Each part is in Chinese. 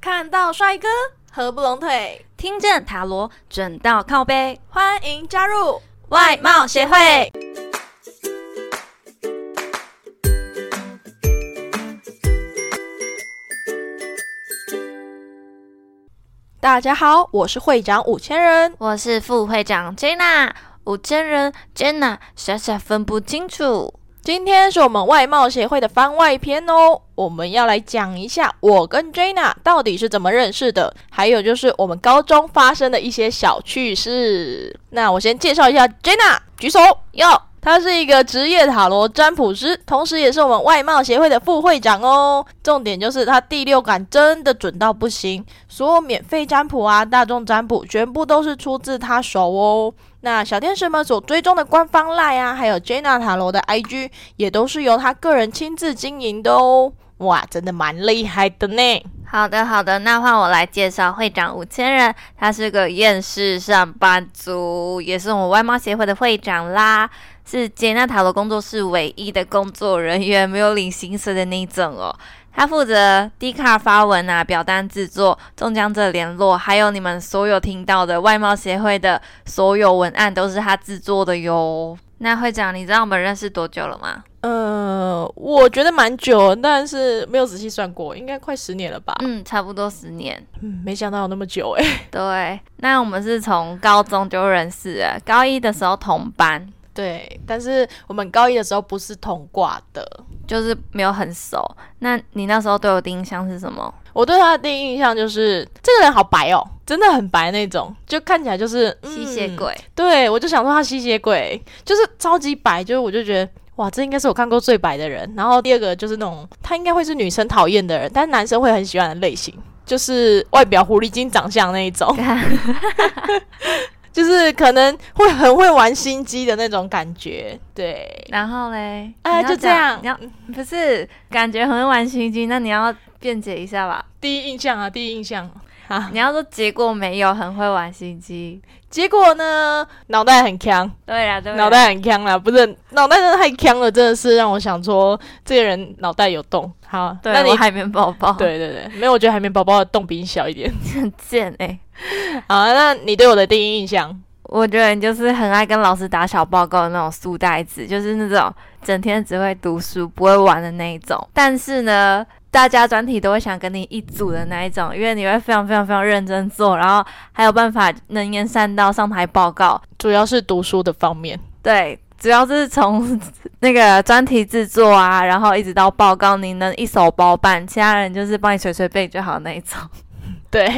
看到帅哥合不拢腿，听见塔罗准到靠背，欢迎加入。外貌协会。大家好，我是会长五千人。我是副会长 Jenna，五千人 Jenna 傻傻分不清楚。今天是我们外貌协会的番外篇哦，我们要来讲一下我跟 Jana 到底是怎么认识的，还有就是我们高中发生的一些小趣事。那我先介绍一下 Jana，举手哟。她是一个职业塔罗占卜师，同时也是我们外貌协会的副会长哦。重点就是她第六感真的准到不行，所有免费占卜啊、大众占卜全部都是出自她手哦。那小天使们所追踪的官方 LINE 啊，还有 Jana 塔罗的 IG，也都是由他个人亲自经营的哦。哇，真的蛮厉害的呢！好的，好的，那换我来介绍会长五千人，他是个厌世上班族，也是我们外貌协会的会长啦，是接纳塔罗工作室唯一的工作人员，没有领薪水的那一种哦。他负责 D 卡发文啊、表单制作、中奖者联络，还有你们所有听到的外貌协会的所有文案都是他制作的哟。那会长，你知道我们认识多久了吗？呃，我觉得蛮久，但是没有仔细算过，应该快十年了吧？嗯，差不多十年。嗯，没想到有那么久欸诶、对，那我们是从高中就认识了，高一的时候同班，对，但是我们高一的时候不是同挂的。就是没有很熟。那你那时候对我的印象是什么？我对他的第一印象就是这个人好白哦，真的很白那种，就看起来就是、嗯吸血鬼。对，我就想说他吸血鬼就是超级白，就是我就觉得哇，这应该是我看过最白的人。然后第二个就是那种他应该会是女生讨厌的人，但是男生会很喜欢的类型，就是外表狐狸精长相那一 种， 就是可能会很会玩心机的那种感觉。对，然后嘞，哎你要就这样讲你要不是感觉很会玩心机，那你要辩解一下吧。第一印象啊，第一印象啊，你要说结果没有很会玩心机，结果呢，脑袋很强。对啦，对啦啊脑袋很强啦，不是脑袋真的太强了，真的是让我想说这个人脑袋有洞。好，对，那你我海绵宝宝，，对对对，没有，我觉得海绵宝宝的洞比你小一 点。很贱哎、好，那你对我的第一印象，我觉得你就是很爱跟老师打小报告的那种书呆子，就是那种整天只会读书不会玩的那一种。但是呢，大家专题都会想跟你一组的那一种，因为你会非常非常非常认真做，然后还有办法能言善道上台报告。主要是读书的方面。对，主要是从那个专题制作啊，然后一直到报告，你能一手包办，其他人就是帮你捶捶背就好那一种。 对，而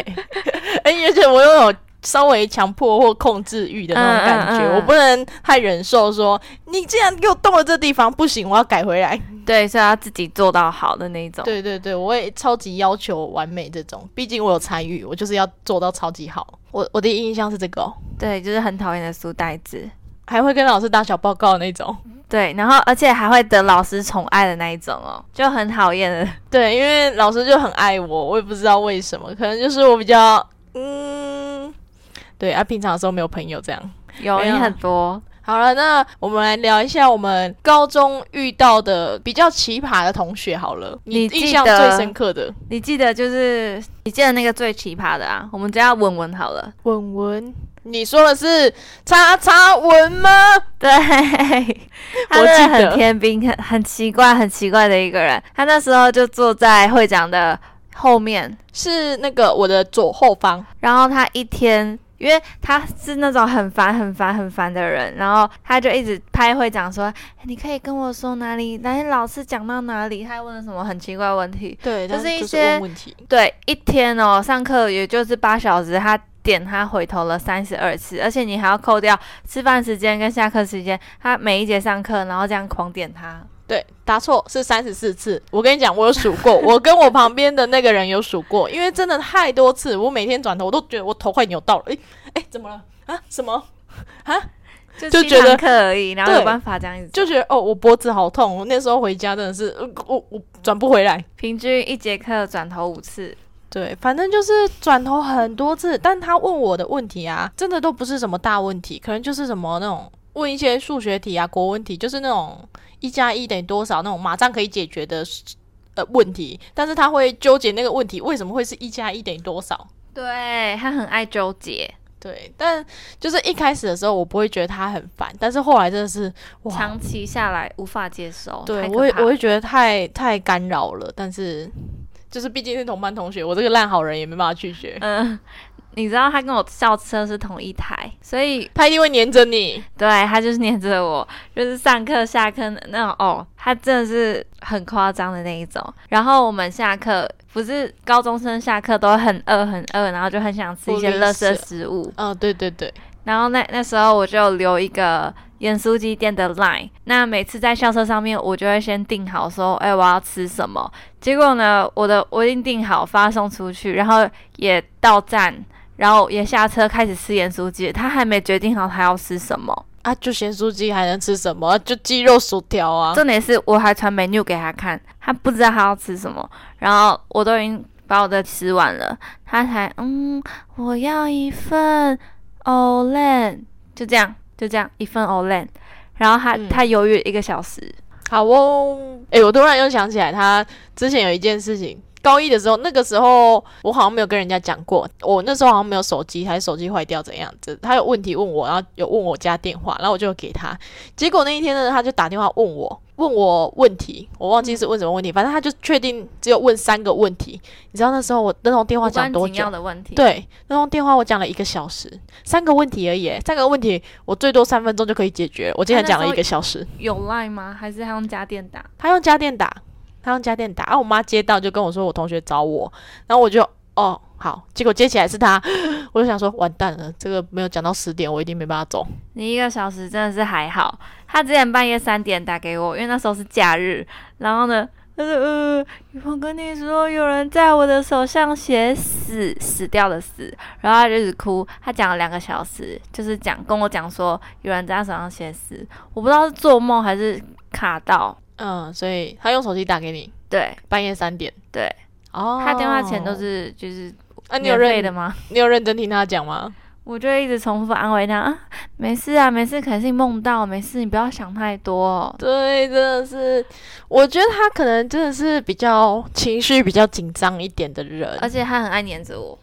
哎且而且我又有稍微强迫或控制欲的那种感觉，嗯嗯嗯我不能太忍受说你既然给我动了这地方不行，我要改回来。 对，所以要自己做到好的那一种。对对对，我也超级要求完美这种，毕竟我有参与，我就是要做到超级好。我我第一印象是这个、哦，对，就是很讨厌的书呆子。还会跟老师打小报告的那种。对，然后而且还会得老师宠爱的那一种哦，就很讨厌的。对，因为老师就很爱我，我也不知道为什么，可能就是我比较嗯，对啊，平常的时候没有朋友这样。有 没你有很多，好了，那我们来聊一下我们高中遇到的比较奇葩的同学好了，你记印象得最深刻的你记得就是你记得那个最奇葩的啊？我们叫文文好了。文文。你说的是叉叉文吗？ 对，他我真的记得很天兵，很很奇怪，很奇怪的一个人。他那时候就坐在会长的后面，是那个我的左后方，然后他一天，因为他是那种很烦、很烦、很烦的人，然后他就一直拍会长说：“哎你可以跟我说哪里？哪里老师讲到哪里？”他还问了什么很奇怪的问题，对，就但是一就是些问问题，对，一天哦，上课也就是八小时，他点他回头了三十二次，而且你还要扣掉吃饭时间跟下课时间，他每一节上课，然后这样狂点他。对，答错是三十四次。我跟你讲，我有数过，我跟我旁边的那个人有数过，因为真的太多次，我每天转头我都觉得我头快扭到了。诶诶，怎么了啊？什么？就就七觉得堂课而已，然后对有办法这样子做，就觉得哦，我脖子好痛。我那时候回家真的是，呃我我转不回来。平均一节课转头五次。对，反正就是转头很多次，但他问我的问题啊，真的都不是什么大问题，可能就是什么那种问一些数学题啊、国文题，就是那种一加一等于多少那种马上可以解决的，呃问题，但是他会纠结那个问题为什么会是一加一等于多少。对他很爱纠结，对，但就是一开始的时候，我不会觉得他很烦，但是后来真的是哇，长期下来无法接受。对太可我会怕我了会觉得太太干扰了。但是就是毕竟是同班同学，我这个烂好人也没办法拒 绝，嗯，你知道他跟我校车是同一台，所以他一定会黏着你。对他就是黏着我，就是上课下课那种哦，他真的是很夸张的那一种。然后我们下课不是高中生下课都很饿很饿，然后就很想吃一些不垃吝圾啬食物，嗯、对对对，然后那那时候我就留一个盐酥鸡店的 line，那每次在校车上面，我就会先定好说，哎、我要吃什么。结果呢，我的我已经定好发送出去，然后也到站，然后也下车开始吃盐酥鸡，他还没决定好他要吃什么。啊，就咸酥鸡还能吃什么？就鸡肉薯条啊。重点是我还传 menu 给他看，他不知道他要吃什么，然后我都已经把我的吃完了，他才嗯，我要一份 Olen，就这样，就这样一份 Olen，然后他、嗯他犹豫一个小时，好哦，诶、我突然又想起来，他之前有一件事情。高一的时候，那个时候我好像没有跟人家讲过，我那时候好像没有手机，还是手机坏掉怎样子？他有问题问我，然后有问我家电话，然后我就有给他。结果那一天呢，他就打电话问我，问我问题，我忘嗯记是问什么问题，反正他就确定只有问三个问题。你知道那时候我那通电话无讲关多紧久要？的问题，，对，那通电话我讲了一个小时，三个问题而已耶，三个问题我最多三分钟就可以解决，我竟然他那时讲候了一个小时。有 line 吗？还是他用家电打？他用家电打，他用家电打。啊，我妈接到就跟我说我同学找我，然后我就哦好，结果接起来是他， 我就想说完蛋了，这个没有讲到十点，我一定没办法走。你一个小时真的是还好。他之前半夜三点打给我，因为那时候是假日，然后呢，他说呃，我跟你说，有人在我的手上写死，死掉的死，然后他就一直哭。他讲了两个小时，就是讲跟我讲说有人在他手上写死，我不知道是做梦还是卡到。嗯，所以他用手机打给你，对半夜三点。对，哦，他电话钱都是就是啊，你有免费认的吗？你有认真听他讲吗？我就一直重复安慰他啊，没事啊，没事，可能是你梦到，没事，你不要想太多哦、 对，真的是，我觉得他可能真的是比较情绪比较紧张一点的人，而且他很爱黏着我。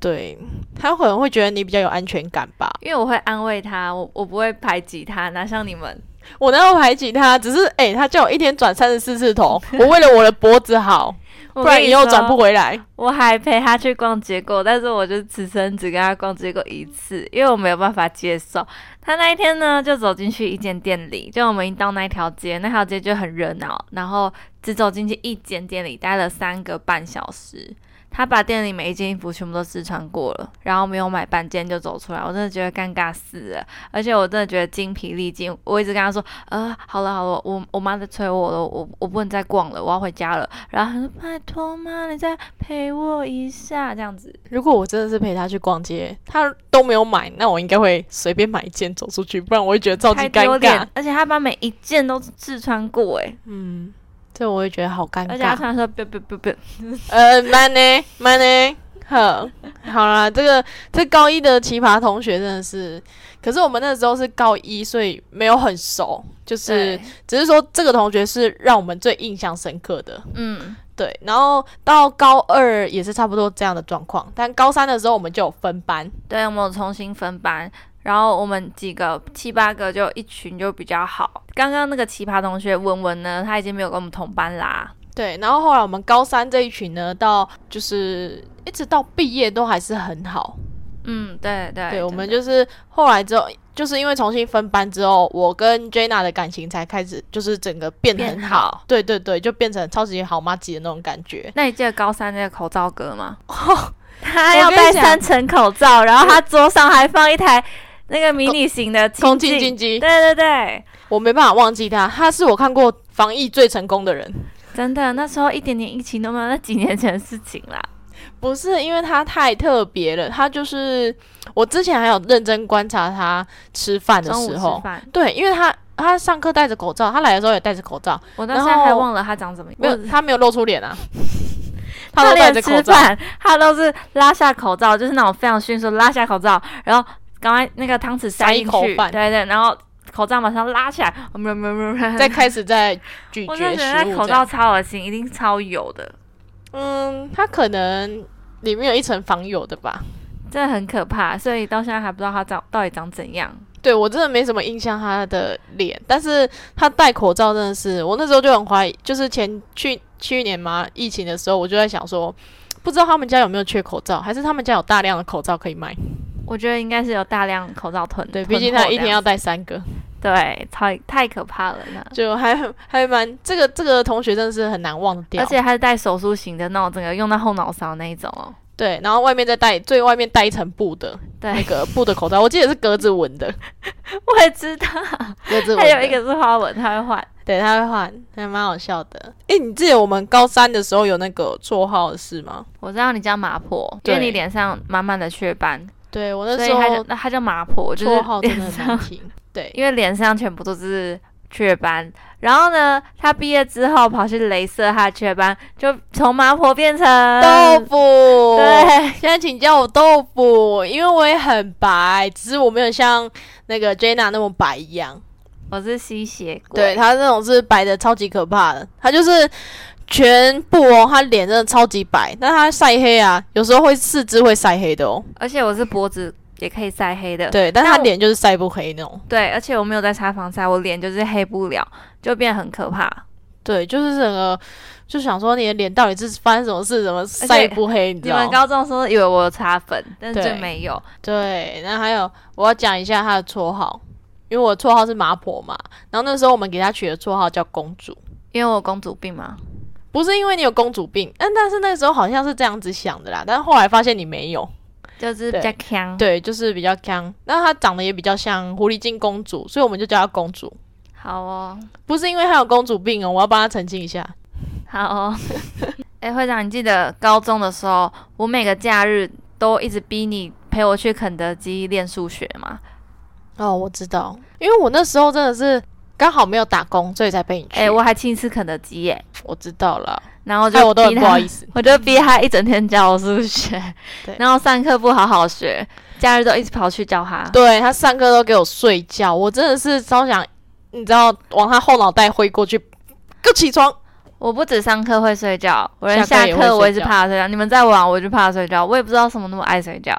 对他可能会觉得你比较有安全感吧。因为我会安慰他，我我不会排挤他，哪像你们。我哪有排挤他？只是诶、他叫我一天转三十四次 头，我为了我的脖子好，不不然以后转不回。回来。我还陪他去逛街过，但是我就此生只跟他逛街过一次，因为我没有办法接受。他那一天呢，就走进去一间店里，就我们已经到那条街，那条街就很热闹，然后只走进去一间店里，待了三个半小时。他把店里每一件衣服全部都试穿过了，然后没有买半件就走出来，我真的觉得尴尬死了，而且我真的觉得精疲力尽。我一直跟他说，呃，好了好了，我我妈在催我了，我我不能再逛了，我要回家了。然后他说，拜托妈，你再陪我一下，这样子。如果我真的是陪他去逛街，他都没有买，那我应该会随便买一件走出去，不然我会觉得超级太尴丢尬脸。，而且他把每一件都试穿过，哎，嗯，这我会觉得好尴而且他尬。穿说不不不不，呃，慢呢，慢呢。好，好啦，这个这高一的奇葩同学真的是，可是我们那时候是高一，所以没有很熟，就是对，只是说这个同学是让我们最印象深刻的。嗯，对，然后到高二也是差不多这样的状况，但高三的时候我们就有分班，对，我们有重新分班，然后我们几个七八个就一群就比较好。刚刚那个奇葩同学文文呢，他已经没有跟我们同班啦，对，然后后来我们高三这一群呢，到就是一直到毕业都还是很好，嗯，对对，对，我们真的就是后来之后，就是因为重新分班之后，我跟 Jenna 的感情才开始就是整个变得变很好，好。对对对，就变成超级好妈级的那种感觉，那你记得高三那个口罩哥吗？ 他我要跟你戴讲三层口罩，然后他桌上还放一台那个迷你型的空清气净净对机，对对，我没办法忘记他，他是我看过防疫最成功的人。真的，那时候一点点疫情都没有，那几年前的事情啦。不是因为他太特别了，他就是我之前还有认真观察他吃饭的中午时吃候，饭，对，因为他他上课戴着口罩，他来的时候也戴着口罩，我到现在还忘了他长怎么样。没有我他没有露出脸 啊，他他都戴连着口吃罩，饭， 他都是拉下口罩，就是那种非常迅速拉下口罩，然后赶快那个汤匙塞塞一进口去，饭对对，然后口罩马上拉起来，喵喵喵喵再开始在咀我嚼真食的觉得那物口这样罩。超恶心，一定超油的，嗯，它可能里面有一层防油的吧。真的很可怕。所以到现在还不知道它长到底长怎样。对我真的没什么印象他的脸，但是他戴口罩真的是，我那时候就很怀疑，就是前去去年嘛，疫情的时候，我就在想说，不知道他们家有没有缺口罩，还是他们家有大量的口罩可以卖？我觉得应该是有大量口罩囤，对，囤毕竟他货一这天要样戴三个，对，太太可怕了呢。就还还蛮这个这个同学真的是很难忘掉。而且他是戴手术型的那种，整个用到后脑勺那一种哦。对，然后外面再戴最外面戴一层布的那对，个布的口罩，我记得是格子纹的， 我也知道，格子纹还的。有一个是花纹，他会换。对，他会换，还蛮好笑的。诶，你记得我们高三的时候有那个绰号的事吗？我知道你叫麻婆，因为对你脸上满满的雀斑，对我所那以时他候就那他叫麻婆，就绰号是真的脸很上 难听。对，因为脸上全部都是雀斑。然后呢，他毕业之后跑去镭射他的雀斑，就从麻婆变成豆腐。 对，现在请叫我豆腐，因为我也很白，只是我没有像那个 Jenna 那么白一样。我是吸血鬼。对，他那种是白的，超级可怕的。他就是全部哦，他脸真的超级白，但他晒黑啊，有时候会四肢会晒黑的哦。而且我是脖子也可以晒黑的。对，但但他我脸就是晒不黑那种。对，而且我没有在擦防晒，我脸就是黑不了，就变得很可怕。对，就是整个就想说你的脸到底是发生什么事，怎么晒且不黑？你知你道们吗？高中的时候以为我有擦粉，但是对就没有。对，然后还有我要讲一下他的绰号，因为我绰号是麻婆嘛，然后那时候我们给他取的绰号叫公主。因为我有公主病嘛，不是因为你有公主病，但但是那时候好像是这样子想的啦，但是后来发现你没有，就是比较强。对，就是比较强。那她长得也比较像狐狸精公主，所以我们就叫她公主。好哦，不是因为她有公主病哦，我要帮她澄清一下。好哦。 哎、会长，你记得高中的时候，我每个假日都一直逼你陪我去肯德基练数学吗？哦，我知道，因为我那时候真的是刚好没有打工，所以才陪你去。哎、我还请你吃肯德基耶，我知道了，然后害就哎我都很逼不他，好 我意思。就逼他一整天教我数学对，然后上课不好好学，假日都一直跑去教他。对他上课都给我睡觉，我真的是超想，你知道，往他后脑袋挥过去，给我起床。我不止上课会睡觉，我连下下课也会课我也是睡觉怕睡觉。你们再玩我就怕睡觉，我也不知道什么那么爱睡觉。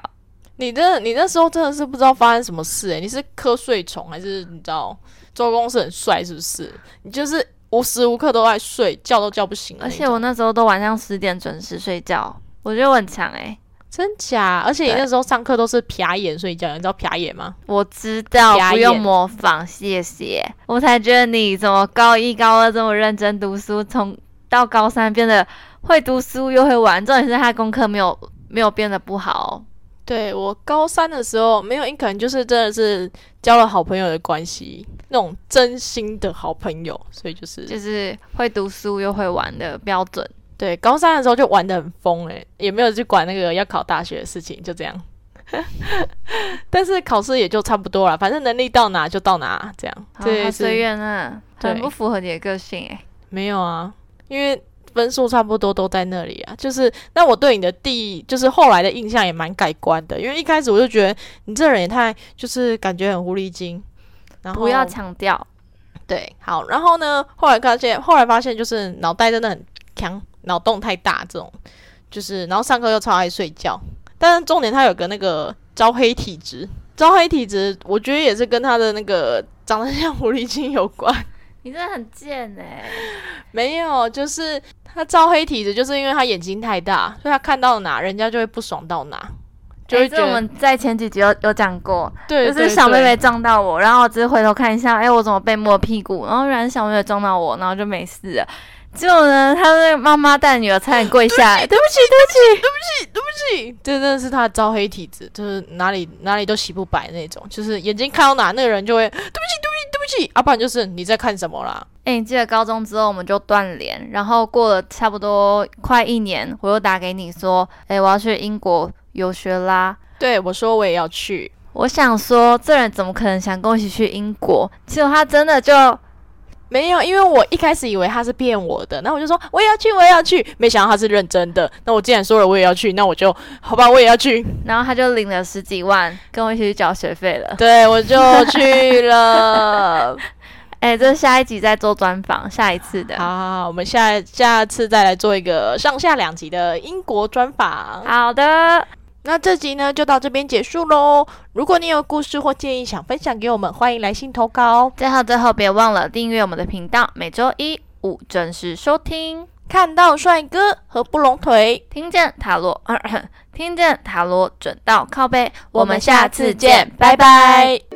你真的，你那时候真的是不知道发生什么事诶、你是瞌睡虫还是你知道周公是很帅是不是？你就是无时无刻都在睡，叫都叫不醒的而那种。且我那时候都晚上十点准时睡觉，我觉得我很强诶、欸真假？而且你对那时候上课都是瞟眼睡觉，你知道瞟眼吗？我知道，瞎不用眼模仿，谢谢。我才觉得你怎么高一高二这么认真读书，从到高三变得会读书又会玩，重点是他功课没有没有变得不好、哦。对我高三的时候没有，你可能就是真的是交了好朋友的关系，那种真心的好朋友，所以就是就是会读书又会玩的标准。对高三的时候就玩的很疯诶、也没有去管那个要考大学的事情，就这样。 但是考试也就差不多了，反正能力到哪就到哪，这样。好对，哦好是随缘啊，对很不符合你的个性欸诶、没有啊，因为分数差不多都在那里啊。就是，那我对你的第，就是后来的印象也蛮改观的，因为一开始我就觉得你这人也太，就是感觉很狐狸精。然后不要强调。对，好，然后呢，后来发现，后来发现就是脑袋真的很强，脑洞太大这种，就是然后上课又超爱睡觉，但是重点他有个那个招黑体质，招黑体质，我觉得也是跟他的那个长得像狐狸精有关。 你真的很贱欸哎、没有，就是他招黑体质，就是因为他眼睛太大，所以他看到哪人家就会不爽到哪，就就会是觉得、哎我们在前几集有有讲过，对，就对是小妹。对妹撞到我，然后我只是回头看一下，哎、我怎么被摸屁股？然后原来是小妹妹撞到我，然后就没事了。结果呢，她那个妈妈带女儿差点跪下来，对不起，这真的是他的招黑体质，就是哪里哪里都洗不白那种，就是眼睛看到哪那个人就会对不起对不起对不起，要、不然就是你在看什么啦？哎、你记得高中之后我们就断联，然后过了差不多快一年，我又打给你说，哎、我要去英国游学啦。对我说我也要去，我想说，这人怎么可能想跟我一起去英国？结果他真的就没有，因为我一开始以为他是骗我的，那我就说我也要去，我也要去，没想到他是认真的。那我既然说了我也要去，那我就好吧，我也要去。然后他就领了十几万，跟我一起去缴学费了。对，我就去了。哎，这下一集再做专访，下一次 的。好好好，我们下下次再来做一个上下两集的英国专访。好的，那这集呢就到这边结束喽。如果你有故事或建议想分享给我们，欢迎来信投稿哦。最后最后别忘了订阅我们的频道，每周一五准时收听。看到帅哥合不拢腿，听见塔 罗，听见塔罗准到靠背。我我们们下下次次见见，拜拜拜拜。